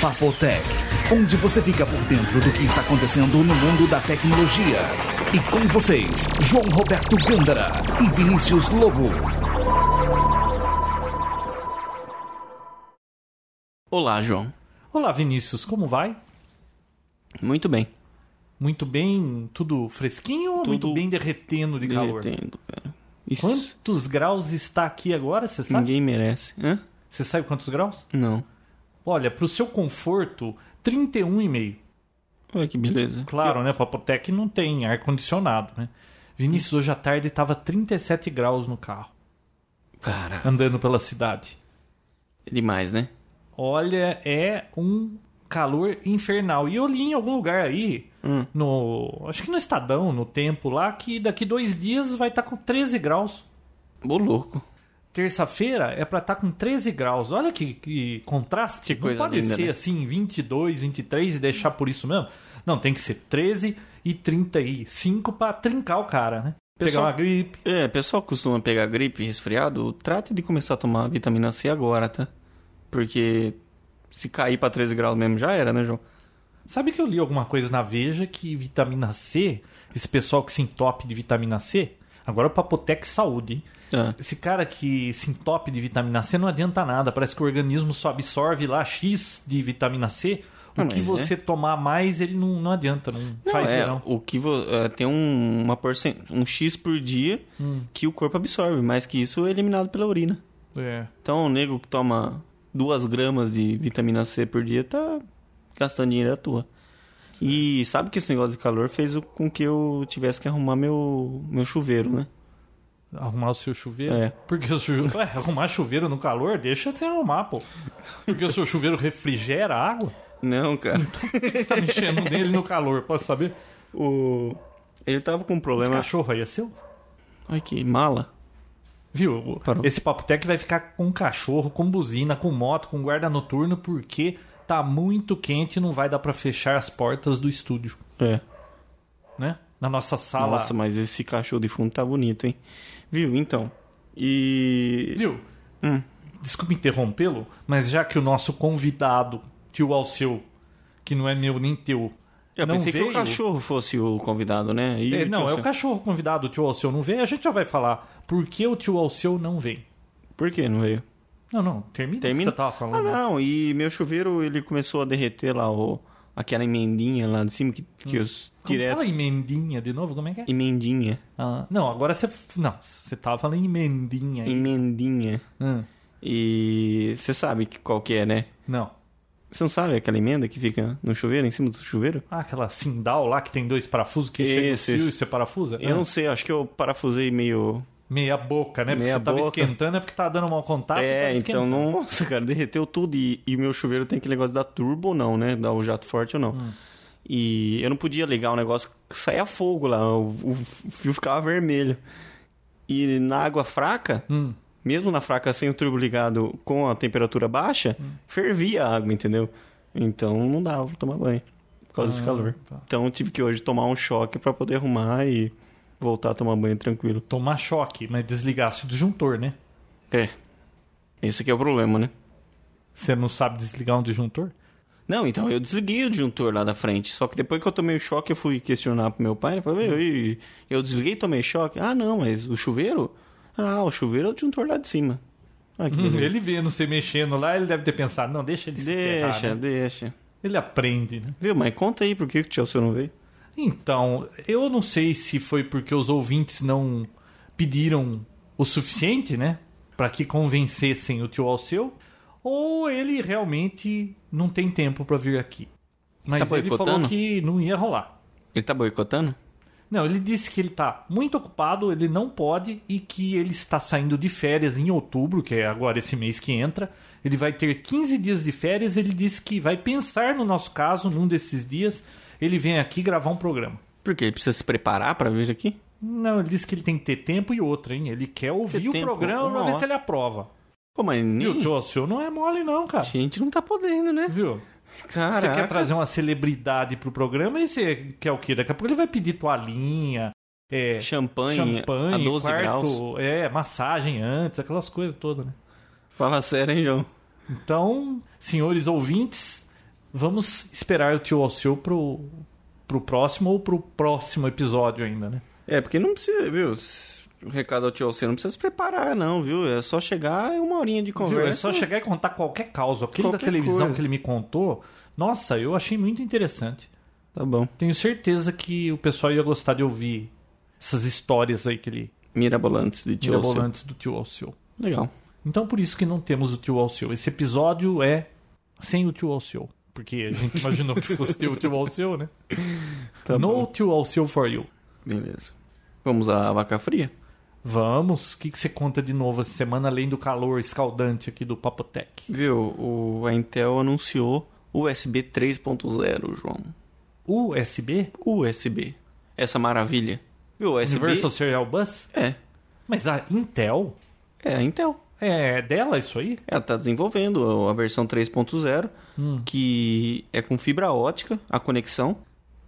Papotec, onde você fica por dentro do que está acontecendo no mundo da tecnologia. E com vocês, João Roberto Gândara e Vinícius Lobo. Olá, João. Olá, Vinícius, como vai? Muito bem. Muito bem, tudo fresquinho ou Tudo muito bem derretendo de calor? Derretendo, cara. Isso. Quantos graus está aqui agora, você sabe? Ninguém merece. Hã? Você sabe quantos graus? Não. Olha, pro seu conforto, 31,5. Olha que beleza. Claro, né? Papotec não tem ar-condicionado, né? Vinícius, hoje à tarde estava 37 graus no carro, Cara, andando pela cidade. é demais, né? Olha, é um calor infernal. E eu li em algum lugar aí, Hum. no. Acho que no Estadão, no tempo lá, que daqui dois dias vai estar com 13 graus. Ô, louco. Terça-feira é pra estar com 13 graus. Olha que, que contraste. Que coisa Não pode linda, ser né? assim 22, 23 e deixar por isso mesmo. Não, tem que ser 13 e 35 pra trincar o cara, né? Pegar Pessoal- uma gripe. É, pessoal costuma pegar gripe, resfriado, trate de começar a tomar vitamina C agora, tá? Porque se cair pra 13 graus mesmo já era, né, João? Sabe que eu li alguma coisa na Veja que vitamina C, esse pessoal que se entope de vitamina C, agora é o Papotec Saúde, hein? Ah, Esse cara que se entope de vitamina C não adianta nada. Parece que o organismo só absorve lá X de vitamina C. O Ah, que mas, você tomar mais, ele não, não adianta, não, não, faz é, verão. o que vo- é, tem um, uma porcent... um X por dia Hum. que o corpo absorve, mais que isso é eliminado pela urina. É. Então, o nego que toma duas gramas de vitamina C por dia tá gastando dinheiro à toa. E sabe que esse negócio de calor fez o- com que eu tivesse que arrumar meu, meu chuveiro, né? Arrumar o seu chuveiro? É. Porque o chuveiro. Ué, arrumar chuveiro no calor, deixa de se arrumar, pô. Porque o seu chuveiro refrigera a água? Não, cara. Você tá mexendo nele no calor, posso saber? O... Ele tava com um Esse problema. cachorro aí é seu? Olha que mala. Viu? O- Parou. Esse papo tech vai ficar com cachorro, com buzina, com moto, com guarda noturno, porque tá muito quente e não vai dar pra fechar as portas do estúdio, É. né? Na nossa sala. Nossa, mas esse cachorro de fundo tá bonito, hein? Viu? Então. E. Viu? Hum. Desculpa interrompê-lo, mas já que o nosso convidado, tio Alceu, que não é meu nem teu, Eu não pensei veio... que o cachorro fosse o convidado, né? E É, não, é o cachorro. cachorro convidado, o tio Alceu não vem, a gente já vai falar por que o tio Alceu não vem. Por que não veio? Não, não, termina, o Termina? que você tava Ah, falando. né? não, e meu chuveiro ele começou a derreter lá o, aquela emendinha lá de cima que, que os Hum. Como direto. fala emendinha de novo, como é que é? Emendinha. Ah, não, agora você. f- Não, você tava falando emendinha aí. Emendinha. Ah, E você sabe que- qual que é, né? não. Você não sabe aquela emenda que fica no chuveiro, em cima do chuveiro? Ah, aquela sindal lá que tem dois parafusos que Isso, chega no fio isso. e você parafusa? Eu Ah, não sei, acho que eu parafusei meio. Meia boca, né? Porque Meia você tava boca. esquentando, é porque tava dando mau contato. é, tava então, esquentando. nossa, cara, derreteu tudo. E, e meu chuveiro tem aquele negócio da turbo ou não, né? Dá o jato forte ou não. E eu não podia ligar o negócio que saía fogo lá, o, o fio ficava vermelho. E na água fraca, Hum. mesmo na fraca sem o turbo ligado com a temperatura baixa, fervia a água, entendeu? Então não dava pra tomar banho por causa desse calor. tá. Então eu tive que hoje tomar um choque pra poder arrumar e voltar a tomar banho tranquilo. Tomar choque, mas desligasse o disjuntor, né? É. Esse aqui é o problema, né? Você não sabe desligar um disjuntor? Não, então eu desliguei o disjuntor lá da frente. Só que depois que eu tomei o choque, eu fui questionar pro meu pai. né? Ele falou: "Meu, e- eu desliguei e tomei choque. Ah, não, mas o chuveiro? Ah, o chuveiro é o disjuntor lá de cima. Ah, que beleza. Ele vendo você mexendo lá, ele deve ter pensado, não, deixa ele se ferrar, Deixa, né? deixa. Ele aprende, né? Viu, mas conta aí por que que o Chelsea não veio. Então, eu não sei se foi porque os ouvintes não pediram o suficiente, né? Pra que convencessem o tio Alceu, ou ele realmente não tem tempo pra vir aqui. Mas Tá ele falou boicotando? que não ia rolar. Ele tá boicotando? Não, ele disse que ele tá muito ocupado, ele não pode e que ele está saindo de férias em outubro, que é agora esse mês que entra. Ele vai ter 15 dias de férias, ele disse que vai pensar no nosso caso, num desses dias, ele vem aqui gravar um programa. Porque ele precisa se preparar pra vir aqui? Não, ele disse que ele tem que ter tempo e outra, hein? Ele quer ouvir Ter o tempo, programa uma pra ver hora. se ele aprova. Pô, mas nem... E o Jossio não é mole, não, cara. A gente não tá podendo, né? Viu? Você Caraca. quer trazer uma celebridade pro programa e você quer o quê? Daqui a pouco ele vai pedir toalhinha, é, Champanhe, champanhe, a 12 quarto, graus. é, massagem antes, aquelas coisas todas, né? Fala sério, hein, João? Então, senhores ouvintes, Vamos esperar o tio Alceu pro, pro próximo ou pro próximo episódio ainda, né? É, porque não precisa, viu? S- O recado ao tio Alceu, não precisa se preparar, não, viu? É só chegar e uma horinha de Viu? conversa. É só chegar e contar qualquer causa. Aquele da Qualquer televisão coisa. que ele me contou, nossa, eu achei muito interessante. Tá bom. Tenho certeza que o pessoal ia gostar de ouvir essas histórias aí que ele Mirabolantes de tio Alceu. mirabolantes do tio Alceu. Legal. Então por isso que não temos o tio Alceu. Esse episódio é sem o tio Alceu. Porque a gente imaginou que fosse ter o tio Alceu, né? Tá no bom. tio Alceu for you. Beleza. Vamos à vaca fria? Vamos, o que, que você conta de novo essa semana, além do calor escaldante aqui do Papotec? Viu? O, a Intel anunciou USB 3.0, João. USB? USB. Essa maravilha. Viu? USB. Universal Serial Bus? É. Mas a Intel? É a Intel. É dela isso aí? Ela está desenvolvendo a versão 3.0, Hum. que é com fibra ótica, a conexão,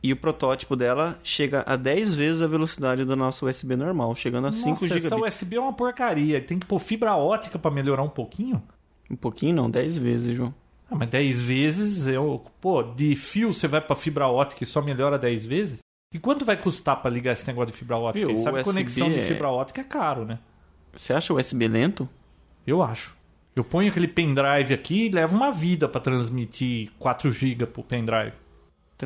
e o protótipo dela chega a 10 vezes a velocidade da nossa USB normal, chegando a 5 Nossa, essa GB. USB é uma porcaria. Tem que pôr fibra ótica pra melhorar um pouquinho? Um pouquinho não, 10 vezes, João. Ah, mas 10 vezes eu. Pô, de fio você vai pra fibra ótica e só melhora 10 vezes? E quanto vai custar pra ligar esse negócio de fibra ótica? Viu, Aí Sabe, USB conexão de é- fibra ótica é caro, né? Você acha o USB lento? Eu acho. Eu ponho aquele pendrive aqui e levo uma vida pra transmitir 4 GB pro pendrive.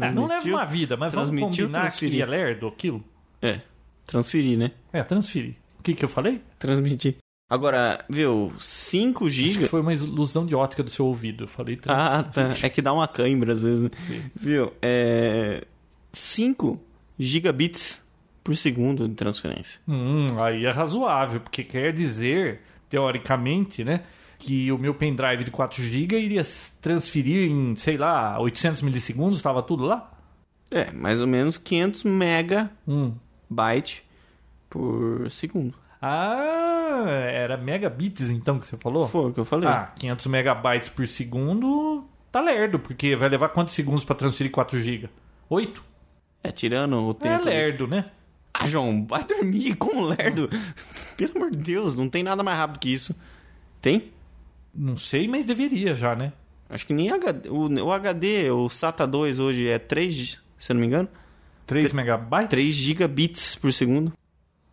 Ah, não leva Transmitiu? uma vida, mas vamos transmitiu, combinar que transferir. é lerdo aquilo. É, transferir, né? É, transferir. O que, que eu falei? Transmitir. Agora, viu, 5 Acho que GB... foi uma ilusão de ótica do seu ouvido. Eu falei trans- Ah, tá. É que dá uma cãibra às vezes, né? Viu? É... 5 gigabits por segundo de transferência. Hum, aí é razoável, porque quer dizer, teoricamente, né? Que o meu pendrive de 4GB iria s- transferir em, sei lá, 800 milissegundos, estava tudo lá? É, mais ou menos 500 megabyte Hum. por segundo. Ah, era megabits então que você falou? Foi o que eu falei. Ah, 500 megabytes por segundo tá lerdo, porque vai levar quantos segundos pra transferir 4GB? 8? É, tirando o É tempo. ali. lerdo, né? Ah, João, vai dormir com o lerdo. Pelo amor de Deus, não tem nada mais rápido que isso. Tem? Não sei, mas deveria já, né? Acho que nem HD. O, o HD, o SATA 2 hoje é 3, se eu não me engano, 3 megabytes? 3 gigabits por segundo.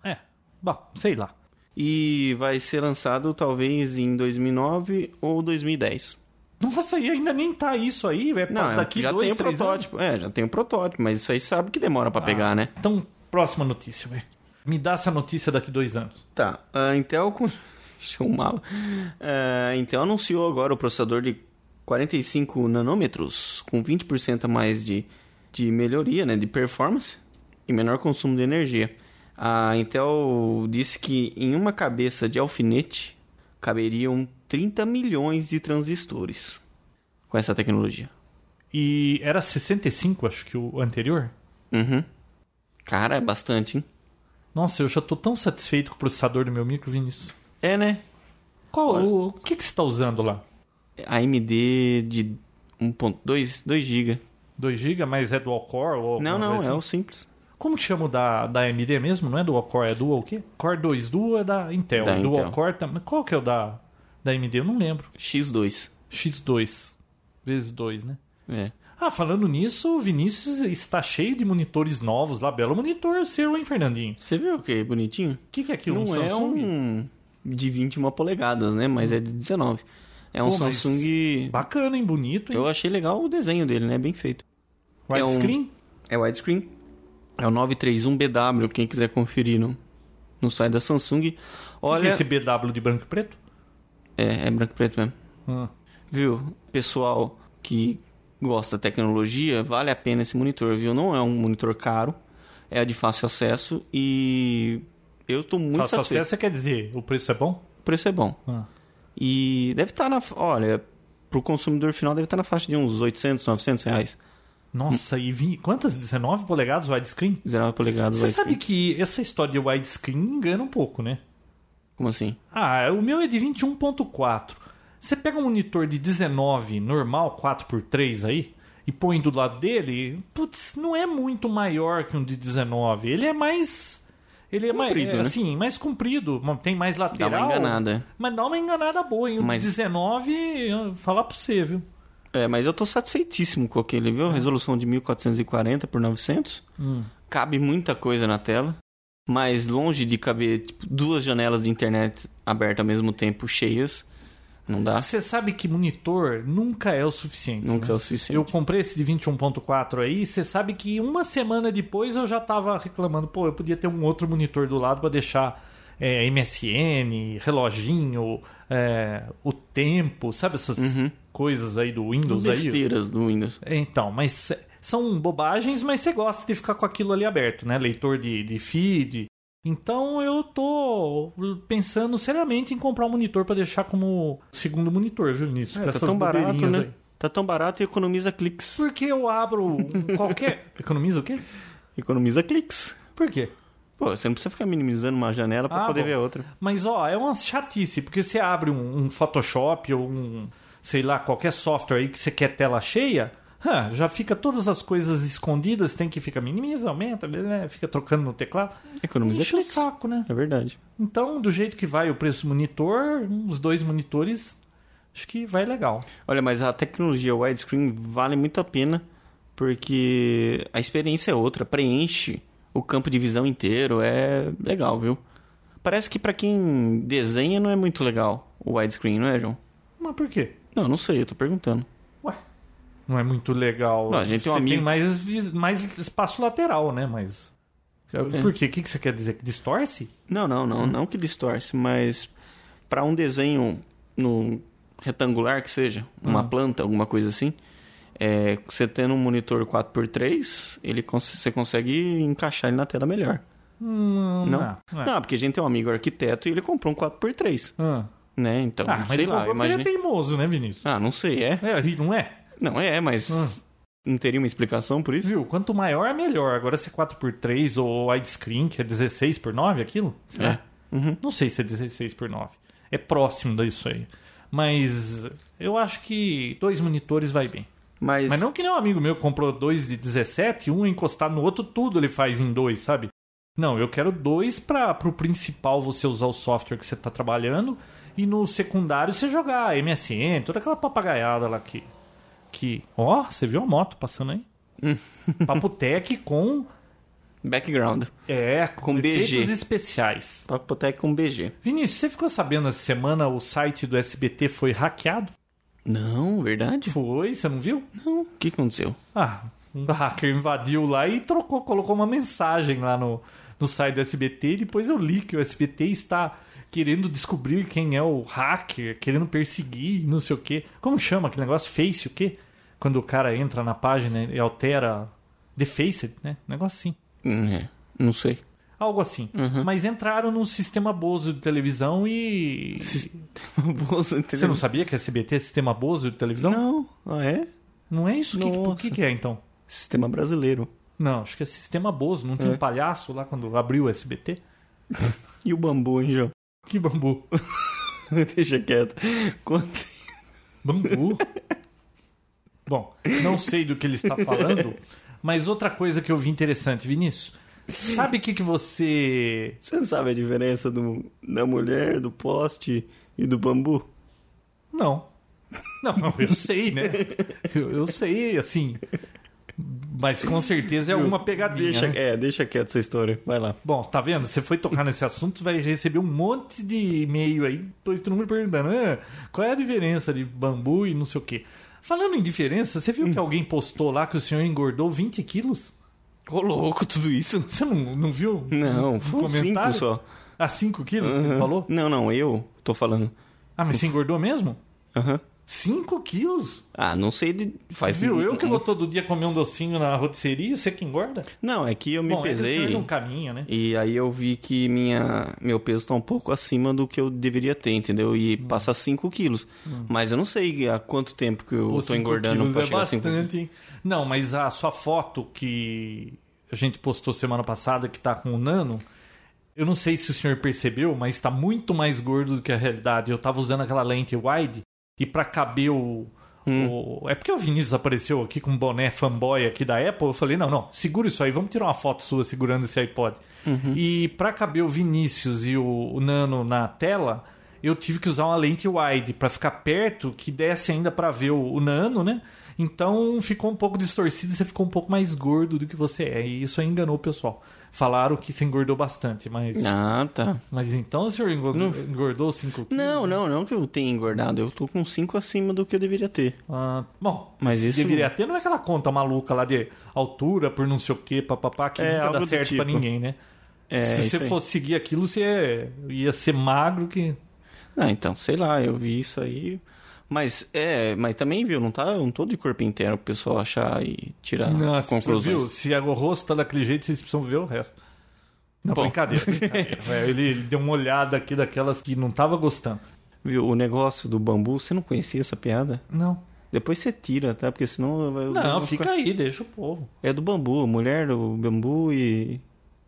É, bom, sei lá. E vai ser lançado talvez em 2009 ou 2010. Nossa, e ainda nem tá isso aí? É pra Não, um daqui já dois, tem o três protótipo. É, já tem o protótipo, mas isso aí sabe que demora pra anos? pegar, Ah, né? Então, próxima notícia, velho. Me dá essa notícia daqui dois anos. Tá, a Intel com isso é um mala. A Intel anunciou agora o processador de 45 nanômetros com 20% a mais de, de melhoria, né, de performance e menor consumo de energia. A Intel disse que em uma cabeça de alfinete caberiam 30 milhões de transistores com essa tecnologia. E era 65, acho que o anterior? Uhum. Cara, é bastante, hein? Nossa, eu já tô tão satisfeito com o processador do meu micro, Vinícius. É, né? Qual, o, o que, que você tá usando lá? AMD de 1.2, 2 GB. 2 GB, mas é dual core? Ou Não, alguma não, coisa é assim? o simples. Como que chama o da, da AMD mesmo? Não é dual core, é dual o quê? Core 2 Duo é da Intel. Da dual Intel. core também. Qual que é o da, da AMD? Eu não lembro. X2. X2 vezes 2, né? É. Ah, falando nisso, o Vinícius está cheio de monitores novos lá. Belo monitor seu, hein, Fernandinho? Você viu que bonitinho? O que, que é aquilo? um Não é Samsung? um de 21 polegadas, né? Mas é de 19. É um Pô, mas Samsung. Bacana, hein? Bonito, hein? Eu achei legal o desenho dele, né? Bem feito. é um- Widescreen? É widescreen. É o 931BW, quem quiser conferir no, no site da Samsung. Olha... Olha. é Esse BW de branco e preto? É, é branco e preto mesmo. Hum. Viu? Pessoal que gosta da tecnologia, vale a pena esse monitor, viu? Não é um monitor caro, é de fácil acesso e eu tô muito Fácil satisfeito. acesso, quer dizer, o preço é bom? O preço é bom. Ah. E deve estar na. Olha, pro consumidor final deve estar na faixa de uns 800, 900 reais. Nossa, e vi... quantas? 19 polegadas widescreen? 19 polegadas. Você vai- sabe que essa história de widescreen engana um pouco, né? Como assim? Ah, o meu é de 21.4. Você pega um monitor de 19 normal, 4x3 aí, e põe do lado dele, putz, não é muito maior que um de 19. Ele é mais. Ele é Comprido, mais. né? Assim, mais comprido, tem mais Dá lateral. uma enganada. Mas dá uma enganada boa, hein? Um O Mas- de 19, eu vou falar pra você, viu? É, mas eu tô satisfeitíssimo com aquele, viu? Resolução de 1440 por 900. É. Hum. Cabe muita coisa na tela. Mas longe de caber tipo, duas janelas de internet abertas ao mesmo tempo, cheias. Não dá. Você sabe que monitor nunca é o suficiente. Tá. Nunca né? é o suficiente. Eu comprei esse de 21.4 aí, você sabe que uma semana depois eu já tava reclamando, pô, eu podia ter um outro monitor do lado pra deixar é, MSN, reloginho, é, o tempo, sabe essas Uhum. coisas aí do Windows aí? Besteiras do Windows. Então, mas são bobagens, mas você gosta de ficar com aquilo ali aberto, né? Leitor de, de feed. Então eu tô pensando seriamente em comprar um monitor pra deixar como segundo monitor, viu, Nisso? É, Pra tá essas tão barato, bobeirinhas né? aí. Tá tão barato e economiza cliques. Porque eu abro um qualquer. Economiza o quê? Economiza cliques. Por quê? Pô, você não precisa ficar minimizando uma janela pra Ah, poder bom. ver a outra. Mas ó, é uma chatice, porque você abre um, um Photoshop ou um, sei lá, qualquer software aí que você quer tela cheia, hã, já fica todas as coisas escondidas, tem que ficar minimiza, aumenta, né? fica trocando no teclado. Economiza Enche o cliques. saco, né? É verdade. Então, do jeito que vai o preço do monitor, os dois monitores, acho que vai legal. Olha, mas a tecnologia widescreen vale muito a pena porque a experiência é outra, preenche o campo de visão inteiro, é legal, viu? Parece que pra quem desenha não é muito legal o widescreen, não é, João? Mas por quê? Não, não sei, eu tô perguntando. Ué, não é muito legal. Não, a gente tem um você amigo- mais, vis- mais espaço lateral, né? Mas. É Por quê? O que que você quer dizer? Que distorce? Não, não, Hum. não, não que distorce, mas pra um desenho no retangular que seja, uma Hum. planta, alguma coisa assim, é, você tendo um monitor 4x3, ele cons- você consegue encaixar ele na tela melhor. Hum, Não? não é. Não, porque a gente tem um amigo arquiteto e ele comprou um 4x3, Ah, né? Então, Ah, mas sei ele lá, comprou porque ele é imagina. teimoso, né, Vinícius? Ah, não sei, é? É, e não é? Não, é, mas Ah. não teria uma explicação por isso? Viu? Quanto maior, melhor. Agora se é 4x3 ou widescreen, que é 16 por 9 aquilo? Será? É. Uhum. Não sei se é 16 por 9. É próximo disso aí. Mas eu acho que dois monitores vai bem. Mas, Mas não que nem um amigo meu comprou dois de 17, um encostar no outro, tudo ele faz em dois, sabe? Não, eu quero dois para pro principal você usar o software que você tá trabalhando e no secundário você jogar MSN, toda aquela papagaiada lá que. que... Ó, você viu a moto passando aí? Papotec com. background. É, Com BG. efeitos especiais. Papotec com BG. Vinícius, você ficou sabendo essa semana o site do SBT foi hackeado? Não, verdade? Foi, você não viu? Não. O que aconteceu? Ah, um hacker invadiu lá e trocou, colocou uma mensagem lá no, no site do SBT. E depois eu li que o SBT está querendo descobrir quem é o hacker, querendo perseguir, não sei o quê. Como chama aquele negócio? Face o quê? Quando o cara entra na página e altera. Defaced, né? Negócio assim. Hum, é, não sei. Algo assim. Uhum. Mas entraram num sistema Bozo de televisão e. Sistema Bozo de Você não televisão. sabia que SBT é sistema Bozo de televisão? Não. Ah, é? Não é isso? O que- O que, Nossa. que é então? Sistema brasileiro. Não, acho que é sistema Bozo. Não tinha É. um palhaço lá quando abriu o SBT? E o bambu, hein, João? Que bambu? Deixa quieto. Quanto- Bambu? Bom, não sei do que ele está falando, mas outra coisa que eu vi interessante, Vinícius. Sabe o que, que você. Você não sabe a diferença do, da mulher, do poste e do bambu? Não. Não, não, eu sei, né? Eu, eu sei, assim. Mas com certeza é alguma pegadinha. Deixa, né? É, deixa quieto essa história. Vai lá. Bom, tá vendo? Você foi tocar nesse assunto, vai receber um monte de e-mail aí, depois todo mundo perguntando, "Ah, qual é a diferença de bambu e não sei o quê. Falando em diferença, você Hum. viu que alguém postou lá que o senhor engordou 20 quilos? Ô, louco, tudo isso? Você não, não viu? um Não, foram comentário? cinco só. Ah, 5 quilos que ele falou? Não, não, eu tô falando. Ah, mas você engordou mesmo? Aham. 5 quilos? Ah, não sei de... Faz Viu? Eu que vou todo dia comer um docinho na rotisserie, você que engorda? Não, é que eu me Bom, é que o pesei senhor não caminha, né? e aí eu vi que minha, meu peso tá um pouco acima do que eu deveria ter, entendeu? E Hum. passa 5 quilos. Mas eu não sei há quanto tempo que eu Pô, tô cinco engordando um quilos pra é chegar a 5 quilos. bastante, hein? Não, mas a sua foto que a gente postou semana passada, que tá com o Nano, eu não sei se o senhor percebeu, mas tá muito mais gordo do que a realidade. Eu tava usando aquela lente wide e pra caber o. o- É porque o Vinícius apareceu aqui com um boné fanboy aqui da Apple. Eu falei: não, não, segura isso aí, vamos tirar uma foto sua segurando esse iPod. E pra caber o Vinícius e o, o Nano na tela, eu tive que usar uma lente wide para ficar perto, que desce ainda para ver o, o nano, né? Então ficou um pouco distorcido, você ficou um pouco mais gordo do que você é. E isso aí enganou o pessoal. Falaram que você engordou bastante, mas. Ah, tá. Mas então o senhor engordou, engordou 5 quilos? Não, não, não que eu tenha engordado. Eu tô com 5 acima do que eu deveria ter. Ah, bom, Mas se isso- deveria ter, não é aquela conta maluca lá de altura por não sei o que, papapá, que É, nunca algo dá do certo pra tipo. ninguém, né? É, se isso você aí. fosse seguir aquilo, você ia ser magro que. Ah, então, sei lá, eu vi isso aí. Mas é, mas também, viu, não tá, eu não tô de corpo inteiro o pessoal achar e tirar Não, você Tá, conclusões. viu? Se o rosto tá daquele jeito, vocês precisam ver o resto. Não, Bom. brincadeira. brincadeira. É, ele, ele deu uma olhada aqui daquelas que não tava gostando. Viu, o negócio do bambu, você não conhecia essa piada? Não. Depois você tira, tá? Porque senão vai o Não, bambu fica aí, deixa o povo. É do bambu, a mulher do bambu e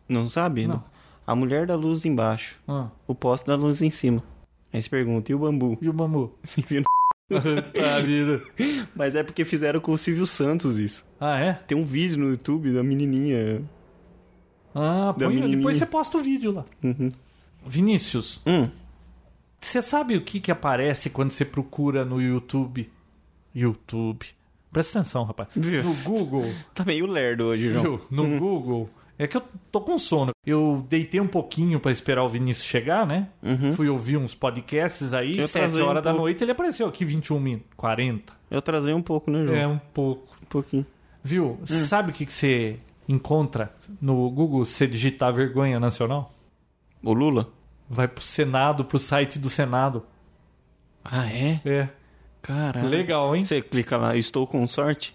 não sabe? Não. A mulher da luz embaixo, Ah, o poste da luz em cima. Aí você pergunta, e o bambu? e o bambu? Você enfia no tá vida. Mas é porque fizeram com o Silvio Santos isso. Ah, é? Tem um vídeo no YouTube da menininha. Ah, Da Uhum. põe- menininha. depois você posta o vídeo lá. Vinícius, Hum, Você sabe o que, que aparece quando você procura no YouTube? YouTube. Presta atenção, rapaz. Viu? Uhum. No Google. tá meio lerdo hoje, João. viu? No Google. É que eu tô com sono. Eu deitei um pouquinho pra esperar o Vinícius chegar, né? Fui ouvir uns podcasts aí, Uhum. Eu sete 7 atrasei um horas da pouco. noite ele apareceu aqui 21 minutos, 40. Eu atrasei um pouco, né, João? É um pouco. Um pouquinho. Viu? Hum. Sabe o que, que você encontra no Google se você digitar vergonha nacional? O Lula? Vai pro Senado, pro site do Senado. Ah, é? É. Caralho. Legal, hein? Você clica lá, estou com sorte?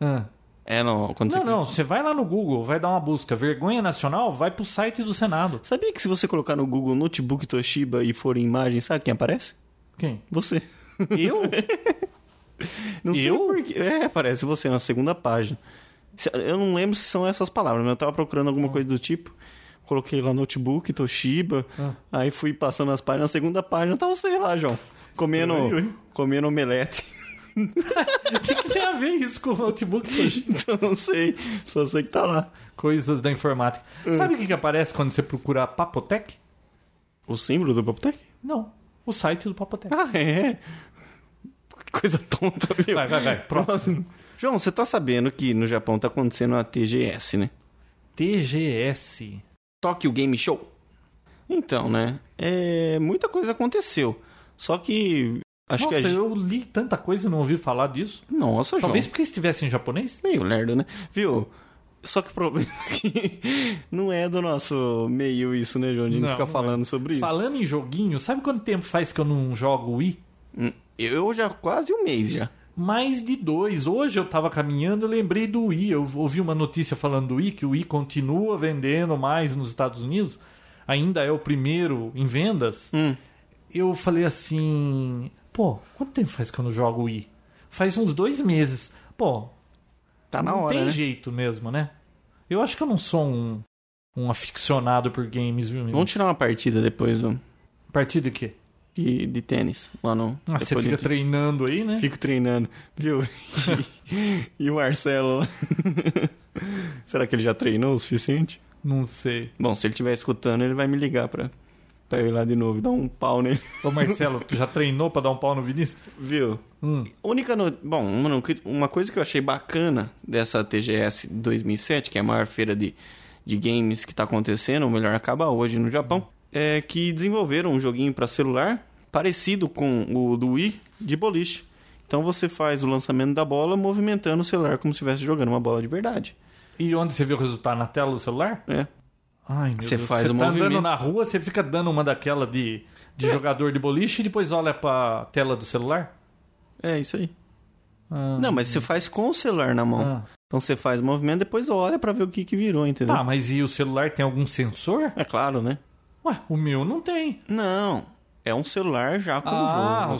Ah. É, não. Quando Não, você não, você vai lá no Google, vai dar uma busca vergonha nacional, vai pro site do Senado. Sabia que se você colocar no Google notebook Toshiba e for em imagem, sabe quem aparece? Quem? Você. Eu? Não sei Eu? por quê. É, aparece você na segunda página. Se- Eu não lembro se são essas palavras, mas eu tava procurando Ah. alguma coisa do tipo. Coloquei lá notebook, Toshiba. Ah. Aí fui passando as páginas, na segunda página tava sei lá, João. Comendo, Estranho, hein? comendo omelete. O que, que tem a ver isso com o notebook? Então, Eu não sei, só sei que tá lá. Coisas da informática. Sabe o que, que aparece quando você procura Papotec? O símbolo do Papotec? Não, o site do Papotec. Ah, é. Que coisa tonta, viu? Vai, vai, vai, próximo. João, você tá sabendo que no Japão tá acontecendo a TGS, né? TGS. Tokyo Game Show. Então, né? É, muita coisa aconteceu. Só que acho Nossa, que é a gente... eu li tanta coisa e não ouvi falar disso. Nossa, Talvez João. porque estivesse em japonês? Meio lerdo, né? Viu? Só que o problema é que não é do nosso meio isso, né, João? A gente Não, fica não é. falando sobre isso. Falando em joguinho, sabe quanto tempo faz que eu não jogo Wii? Hum, Eu já quase um mês já. mais de dois. Hoje eu tava caminhando, eu lembrei do Wii. Eu ouvi uma notícia falando do Wii, que o Wii continua vendendo mais nos Estados Unidos. Ainda é o primeiro em vendas. Hum. Eu falei assim... Pô, quanto tempo faz que eu não jogo Wii? Faz uns dois meses. Pô, Tá na não hora, tem né? jeito mesmo, né? Eu acho que eu não sou um, um aficionado por games, viu? menino? Vamos tirar uma partida depois do... Partida de quê? de, de tênis lá no... Ah, você depois do- fica treinando aí, né? Fico treinando, viu? E, e o Marcelo? lá? Será que ele já treinou o suficiente? Não sei. Bom, se ele estiver escutando, ele vai me ligar pra, pra eu ir lá de novo e dar um pau nele. Ô, Marcelo, tu já treinou pra dar um pau no Vinícius? Viu? Hum. Única no... Bom, uma, no- uma coisa que eu achei bacana dessa TGS 2007, que é a maior feira de, de games que tá acontecendo, ou melhor, acaba hoje no Japão, é que desenvolveram um joguinho pra celular parecido com o do Wii de boliche. Então você faz o lançamento da bola movimentando o celular como se estivesse jogando uma bola de verdade. E onde você vê o resultado? Na tela do celular? É. Ai, meu Você Deus. faz você o tá movimento. andando na rua, você fica dando uma daquela de, de jogador de boliche e depois olha pra tela do celular? É isso aí. Ah, Não, mas você faz com o celular na mão. ah. Então você faz o movimento, depois olha pra ver o que que virou, entendeu? Tá, mas e o celular tem algum sensor? É claro, né? Ué, o meu não tem. Não, é um celular já com ah, o jogo. o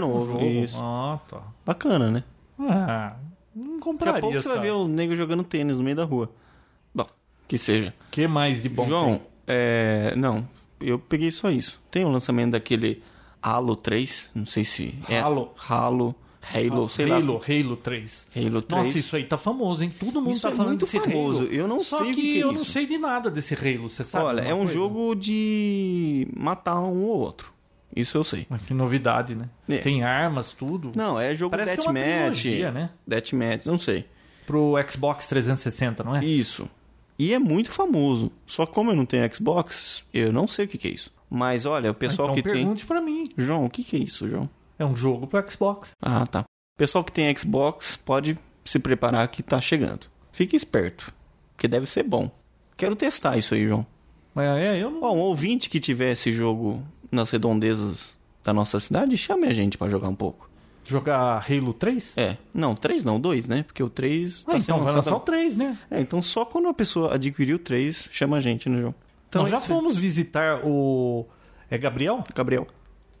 é um celular com novo. jogo. Isso. Ah, tá. Bacana, né? Ah, não Daqui compraria. a pouco você vai sabe? ver o nego jogando tênis no meio da rua. Bom, que seja. que mais de bom João, tem? é... não, eu peguei só isso. Tem o lançamento daquele Halo 3, não sei se é Halo. Halo, Halo, sei Halo, lá. Halo 3. Halo 3. Nossa, isso aí tá famoso, hein? Todo mundo Isso tá é falando muito desse famoso. Halo. Eu não Só sei o que, que que é eu não isso. sei de nada desse Halo, você sabe? Olha, é alguma um coisa? jogo de matar um ou outro. Isso eu sei. Mas Ah, Que novidade, né? É. Tem armas, tudo. Não, é jogo Parece que é uma Deathmatch. trilogia, né? Deathmatch, não sei. Pro Xbox 360, não é? Isso. E é muito famoso. Só como eu não tenho Xbox, eu não sei o que, que é isso. Mas olha, o pessoal então que pergunte pra mim. tem. João, o que, que é isso, João? É um jogo pro Xbox. Ah, tá. O pessoal que tem Xbox pode se preparar que tá chegando. Fique esperto, porque deve ser bom. Quero testar isso aí, João. Mas é, eu não. Bom, um ouvinte que tiver esse jogo nas redondezas da nossa cidade, chame a gente pra jogar um pouco. Jogar Halo 3? É, não, três não, dois, né? Porque o três Ah, então vai lançar o 3, né? É, então só quando a pessoa adquirir o três, chama a gente, né, João? Então é Nós já isso aí. fomos visitar o. É Gabriel? Gabriel.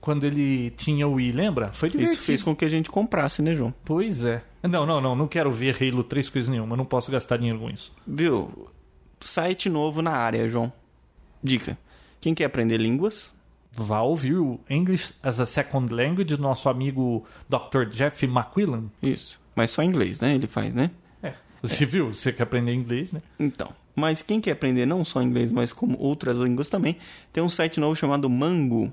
Quando ele tinha o Wii, lembra? Foi divertido. Isso fez com que a gente comprasse, né, João? Pois é. Não, não, não. Não quero ver Halo 3 coisa nenhuma. Não posso gastar dinheiro com isso. Viu? Site novo na área, João. Dica. Quem quer aprender línguas? Vá ouvir o English as a Second Language, nosso amigo Dr. Jeff McQuillan. Isso. Mas só inglês, né? Ele faz, né? É. Você viu? Você quer aprender inglês, né? Então. Mas quem quer aprender não só inglês, mas como outras línguas também, tem um site novo chamado Mango.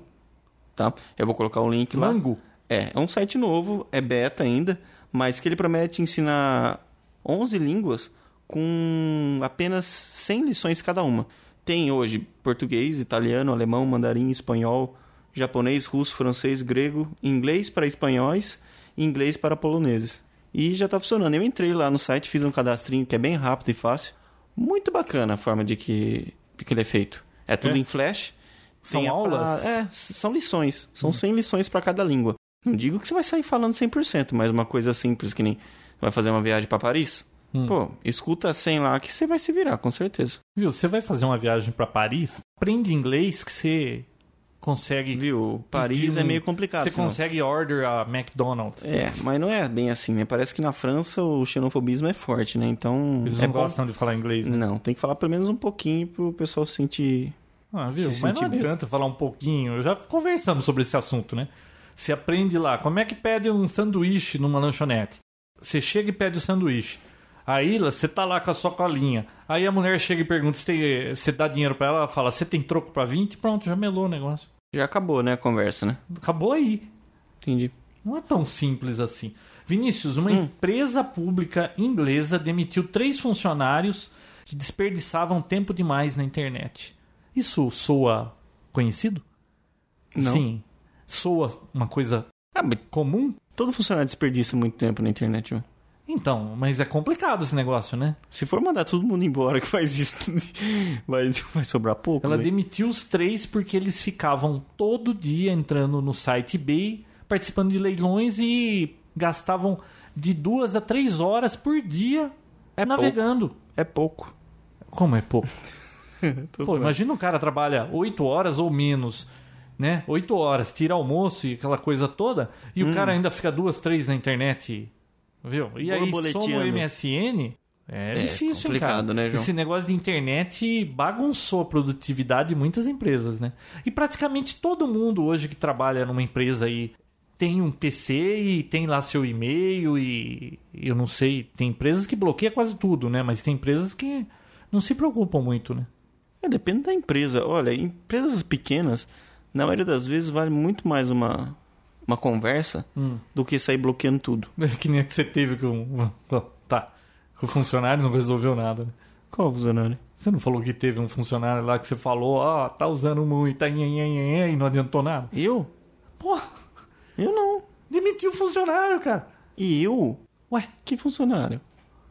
Tá? Eu vou colocar o link lá. Mango. É, é um site novo, é beta ainda, mas que ele promete ensinar 11 línguas com apenas 100 lições cada uma. Tem hoje português, italiano, alemão, mandarim, espanhol, japonês, russo, francês, grego, inglês para espanhóis e inglês para poloneses. E já tá funcionando. Eu entrei lá no site, fiz um cadastrinho que é bem rápido e fácil. Muito bacana a forma de que, de que ele é feito. É tudo É? em flash. São Tem a aulas? Uhum. fra- É, s- são lições. São 100 lições para cada língua. Não digo que você vai sair falando 100%, mas uma coisa simples que nem você vai fazer uma viagem para Paris. Hum. Pô, escuta 100 lá que você vai se virar, com certeza. Viu? Você vai fazer uma viagem pra Paris? Aprende inglês que você consegue. Viu? Paris Pedir é um- meio complicado. Você senão- consegue order a McDonald's. É, mas não é bem assim, né? Parece que na França o xenofobismo é forte, né? Então. Eles é não bom- gostam de falar inglês, né? Não, tem que falar pelo menos um pouquinho pro pessoal se sentir. Ah, viu? Se Mas não sentir bem. adianta falar um pouquinho. Eu já conversamos sobre esse assunto, né? Você aprende lá. Como é que pede um sanduíche numa lanchonete? Você chega e pede o sanduíche. Aí lá, você tá lá com a sua colinha. Aí a mulher chega e pergunta se tem- eh, você dá dinheiro pra ela. Ela fala, você tem troco pra 20? Pronto, já melou o negócio. Já acabou, né, a conversa, né? Acabou aí. Entendi. Não é tão simples assim. Vinícius, uma Hum. empresa pública inglesa demitiu três funcionários que desperdiçavam tempo demais na internet. Isso soa conhecido? Não. Sim. Soa uma coisa Ah, mas comum? todo funcionário desperdiça muito tempo na internet, viu? Então, mas é complicado esse negócio, né? Se for mandar todo mundo embora que faz isso, vai, vai sobrar pouco. Ela né? demitiu os três porque eles ficavam todo dia entrando no site eBay, participando de leilões e gastavam de duas a três horas por dia É navegando. É pouco. Então, Como é pouco? Tô Pô, zoando. imagina um cara trabalha 8 horas ou menos, né? 8 horas, tira almoço e aquela coisa toda, e o cara ainda fica duas, três na internet, viu? E aí soma o Borboleteando. MSN. É, difícil, hein, cara. complicado, né, João? Esse negócio de internet bagunçou a produtividade de muitas empresas, né? E praticamente todo mundo hoje que trabalha numa empresa aí tem um PC e tem lá seu e-mail e eu não sei, tem empresas que bloqueiam quase tudo, né? Mas tem empresas que não se preocupam muito, né? É, depende da empresa. Olha, empresas pequenas, na maioria das vezes, vale muito mais uma, uma conversa Hum. do que sair bloqueando tudo. Que nem a que você teve com. Tá. Com o funcionário não resolveu nada. né? Qual, funcionário? Você não falou que teve um funcionário lá que você falou, ó, tá usando muito, tá, nhan, nhan, nhan, nhan, e não adiantou nada. Eu? Porra, Eu não. demitiu o funcionário, cara. E eu? Ué, Que funcionário?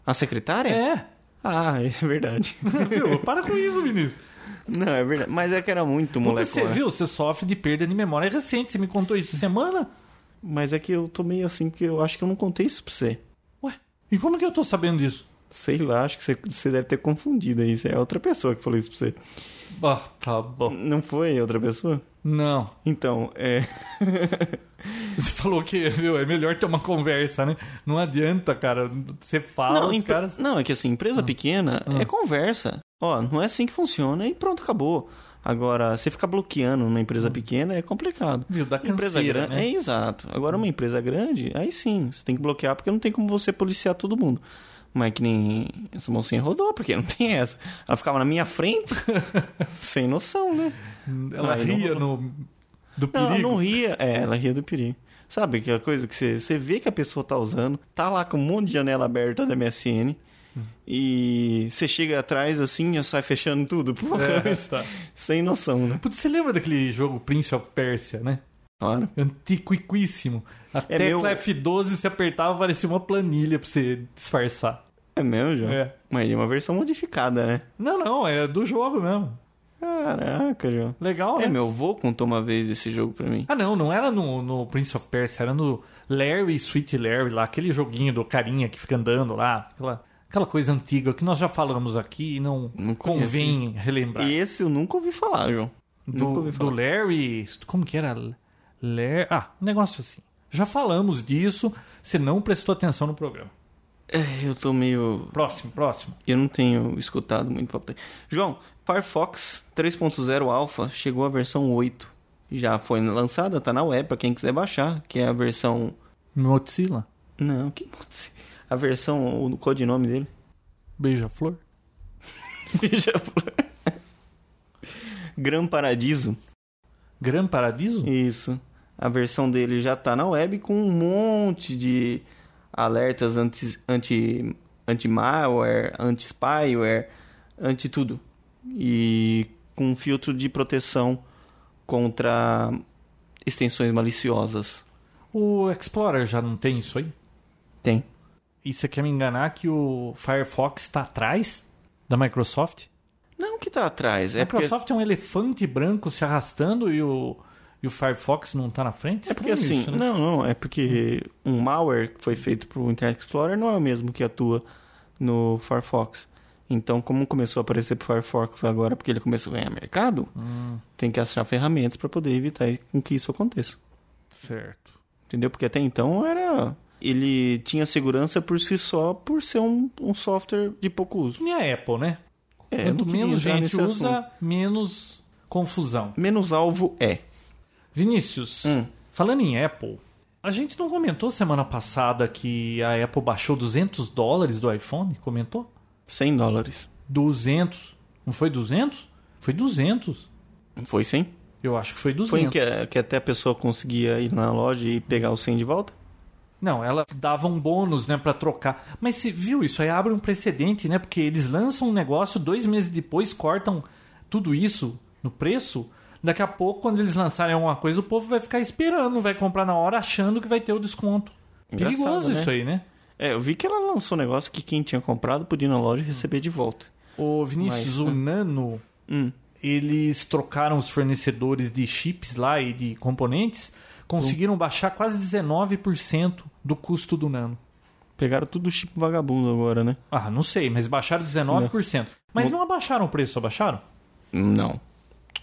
A secretária? é. Ah, é verdade. Viu? Para com isso, Vinícius. não, é verdade. Mas é que era muito Puta, moleque. você viu? Você sofre de perda de memória recente. Você me contou isso semana? Mas é que eu tô meio assim, que eu acho que eu não contei isso pra você. Ué, e como que eu tô sabendo disso? Sei lá, acho que você, você deve ter confundido aí. É outra pessoa que falou isso pra você. Ah, tá bom. Não foi outra pessoa? Não. Então, é. Você falou que, viu, é melhor ter uma conversa, né? Não adianta, cara. Você fala, os empre- caras. Ah. não, é que assim, empresa pequena é conversa. Ó, não é assim que funciona e pronto, acabou. Agora, você ficar bloqueando uma empresa pequena é complicado. Ah. Viu, dá empresa canseira, grande. né? Hum. É exato. Agora, uma empresa grande, aí sim, você tem que bloquear porque não tem como você policiar todo mundo. Mas que nem essa mocinha rodou, porque não tem essa. Ela ficava na minha frente, sem noção, né? Ela Ah, eu não ria vou- no Do Não, ela perigo. não ria. É, ela ria do perigo. Sabe aquela coisa que você, você vê que a pessoa tá usando, tá lá com um monte de janela aberta da MSN e você chega atrás assim já sai fechando tudo. Pô, É, tá. Sem noção, né? Putz, você lembra daquele jogo Prince of Persia, né? Claro. Antiquíssimo. A É tecla meu- F12 se apertava, parecia uma planilha pra você disfarçar. É mesmo, João? É. Mas é uma versão modificada, né? Não, não, é do jogo mesmo. Caraca, João. Legal, É, né? meu avô contou uma vez desse jogo pra mim. Ah, não, não era no, no Prince of Persia, era no Larry, Sweet Larry lá, aquele joguinho do carinha que fica andando lá, aquela, aquela coisa antiga que nós já falamos aqui e não, Não conheço. convém relembrar. E esse eu nunca ouvi falar, João. nunca Ah, do, ouvi do falar. Larry. Como que era? Larry. Ah, um negócio assim. Já falamos disso, você não prestou atenção no programa. É, eu tô meio. Próximo, próximo. Eu não tenho escutado muito papo. João, Firefox 3.0 Alpha chegou à versão 8. Já foi lançada, tá na web pra quem quiser baixar, que é a versão. Mozilla. Não, que pode ser? A versão, o codinome dele. Beija-flor. Beija-flor. Gran Paradiso. Gran Paradiso? Isso. A versão dele já tá na web com um monte de alertas anti- anti- anti-malware, anti-spyware, anti-tudo. E com um filtro de proteção contra extensões maliciosas. O Explorer já não tem isso aí? Tem. E você quer me enganar que o Firefox está atrás da Microsoft? Não que tá atrás. a É porque, Microsoft é um elefante branco se arrastando e o, e o Firefox não tá na frente? é porque Estranho assim... isso, né? Hum. Não, não. É porque um malware que foi feito pro Internet Explorer não é o mesmo que atua no Firefox. Então, como começou a aparecer pro Firefox agora, porque ele começou a ganhar mercado, Hum, tem que achar ferramentas para poder evitar com que isso aconteça. certo. Entendeu? Porque até então era. Ele tinha segurança por si só por ser um, um software de pouco uso. Que nem a Apple, né? É, eu não Quanto queria menos entrar gente nesse usa, assunto. menos confusão. Menos alvo é. Vinícius, Hum. falando em Apple, a gente não comentou semana passada que a Apple baixou 200 dólares do iPhone? Comentou? 100 dólares. 200. Não foi 200? Foi 200. Não Foi 100? Eu acho que foi 200. Foi em que, que até a pessoa conseguia ir na loja e pegar o 100 de volta? Não, ela dava um bônus, né, para trocar. Mas se viu isso aí abre um precedente, né? Porque eles lançam um negócio, dois meses depois cortam tudo isso no preço. Daqui a pouco, quando eles lançarem alguma coisa, o povo vai ficar esperando, vai comprar na hora achando que vai ter o desconto. Engraçado, Perigoso né? isso aí, né? É, eu vi que ela lançou um negócio que quem tinha comprado podia ir na loja e receber de volta. Ô, Mas, Vinícius, o Nano, Hum. eles trocaram os fornecedores de chips lá e de componentes, conseguiram baixar quase 19% do custo do Nano. Pegaram tudo chip vagabundo agora, né? Ah, não sei, mas baixaram 19%. Mas não abaixaram o preço, abaixaram? Não.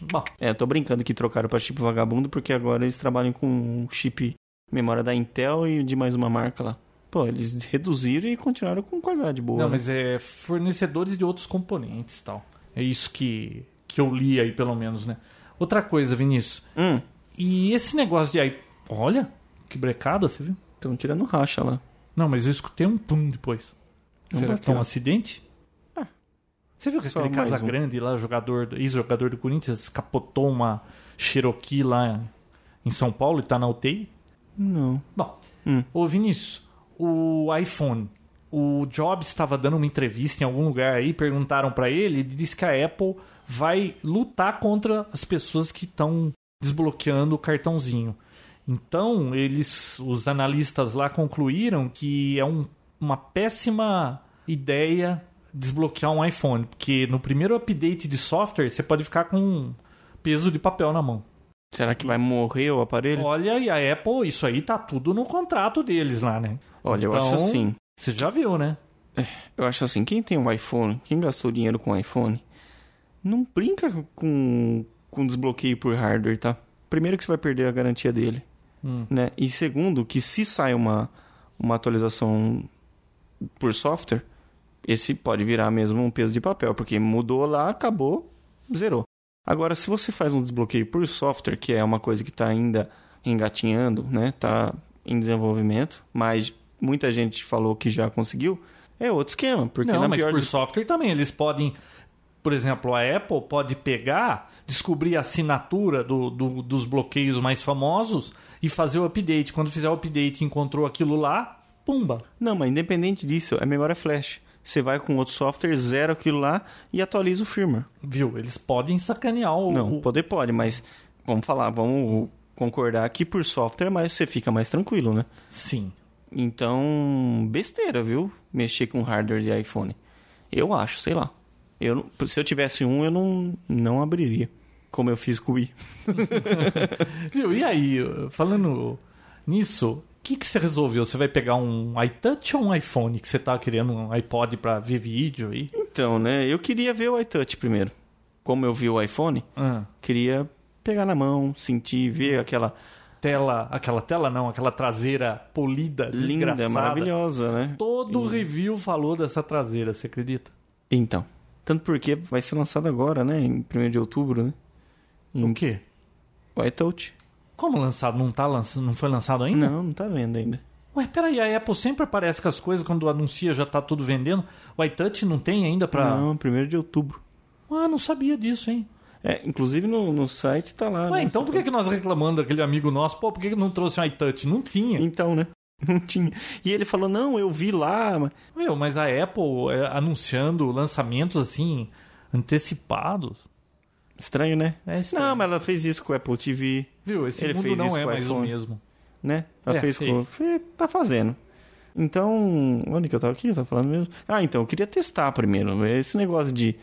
Bom, É, tô brincando que trocaram pra chip vagabundo porque agora eles trabalham com um chip memória da Intel e de mais uma marca lá. Pô, eles reduziram e continuaram com qualidade boa. não, né? mas é fornecedores de outros componentes e tal. É isso que, que eu li aí, pelo menos, né? Outra coisa, Vinícius. Hum, E esse negócio de aí. Olha, que brecada, você viu? estão tirando racha lá. Não, mas eu escutei um pum depois. Não Será que é bateu. um acidente? Ah. Você viu que Só aquele mais Casa um. Grande lá, jogador, do- ex-jogador do Corinthians, capotou uma Cherokee lá em São Paulo e tá na UTI? Não. Bom, Hum. ô Vinícius, o iPhone, o Jobs estava dando uma entrevista em algum lugar aí, perguntaram pra ele, ele disse que a Apple vai lutar contra as pessoas que estão desbloqueando o cartãozinho. Então, eles, os analistas lá concluíram que é um- uma péssima ideia desbloquear um iPhone, porque no primeiro update de software você pode ficar com um peso de papel na mão. Será que vai morrer o aparelho? Olha, e a Apple, isso aí tá tudo no contrato deles lá, né? Olha, eu acho Então- assim. Você já viu, né? Eu acho assim, quem tem um iPhone, quem gastou dinheiro com um iPhone, não brinca com, com desbloqueio por hardware, tá? Primeiro que você vai perder a garantia dele. Hum. né? E segundo, que se sai uma, uma atualização por software, esse pode virar mesmo um peso de papel, porque mudou lá, acabou, zerou. Agora, se você faz um desbloqueio por software, que é uma coisa que está ainda engatinhando, né? Tá em desenvolvimento, mas muita gente falou que já conseguiu, é outro esquema, porque Não, na mas pior por de- software também. Eles podem por exemplo, a Apple pode pegar, descobrir a assinatura do, do- dos bloqueios mais famosos e fazer o update. Quando fizer o update e encontrou aquilo lá, pumba. Não, mas independente disso, a memória é flash. Você vai com outro software, zera aquilo lá e atualiza o firmware. Viu? Eles podem sacanear o. Não, o- poder pode, mas vamos falar, vamos concordar que por software, mas você fica mais tranquilo, né? Sim. Então, besteira, viu? Mexer com hardware de iPhone. Eu acho, sei lá. Eu, não- se eu tivesse um, eu não, não abriria. Como eu fiz com o Wii. Viu? E aí, eh, falando nisso, o que, que você resolveu? Você vai pegar um iTouch ou um iPhone que você tá querendo um iPod pra ver vídeo aí? Então, né? Eu queria ver o iTouch primeiro. Como eu vi o iPhone, Ah, queria pegar na mão, sentir, ver aquela tela, aquela tela não, aquela traseira polida, linda, desgraçada. maravilhosa, né? Todo review falou dessa traseira, você acredita? Então. Tanto porque vai ser lançado agora, né? Em 1 de outubro, né? Em- O quê? O iTouch. Como lançado? Não, tá lançado, não foi lançado ainda? Não, não tá vendo ainda. Ué, peraí, a Apple sempre aparece com as coisas quando anuncia já tá tudo vendendo. O iTouch não tem ainda pra. Não, 1 de outubro. Ah, não sabia disso, hein? É, inclusive no, no site tá lá. Ué, né? então por que, que nós reclamando daquele amigo nosso? Pô, por que, que não trouxe um iTouch? Não tinha. Então, né? Não tinha. E ele falou, não, eu vi lá. mas- Meu, mas a Apple é, anunciando lançamentos assim, antecipados. Estranho, né? É estranho. Não, mas ela fez isso com o Apple TV, Viu? Esse Ele mundo fez não isso é com o mais o iPhone. mesmo. né? Ela É, fez, com... fez. Fe- Tá fazendo. Então, onde que eu tava aqui? Eu tava falando mesmo. Ah, então, eu queria testar primeiro. Esse negócio de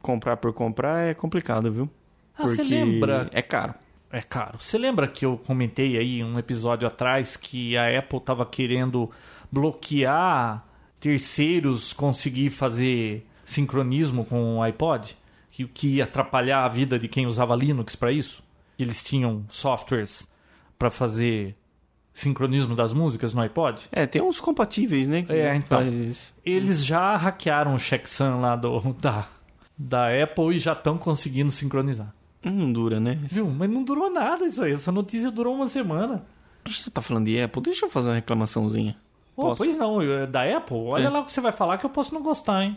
comprar por comprar é complicado, viu? Ah, você lembra? É caro. É caro. Você lembra que eu comentei aí um episódio atrás que a Apple estava querendo bloquear terceiros conseguir fazer sincronismo com o iPod? Que, que ia atrapalhar a vida de quem usava Linux para isso? Que Eles tinham softwares para fazer sincronismo das músicas no iPod? É, tem uns compatíveis, né? que É, então. faz isso. Eles já hackearam o checksum lá do, da, da Apple e já estão conseguindo sincronizar. Não dura, né? Viu? Mas não durou nada isso aí. Essa notícia durou uma semana. Você tá falando de Apple? Deixa eu fazer uma reclamaçãozinha. Pô, Posso? pois não, eu- é da Apple? Olha É. lá o que você vai falar que eu posso não gostar, hein?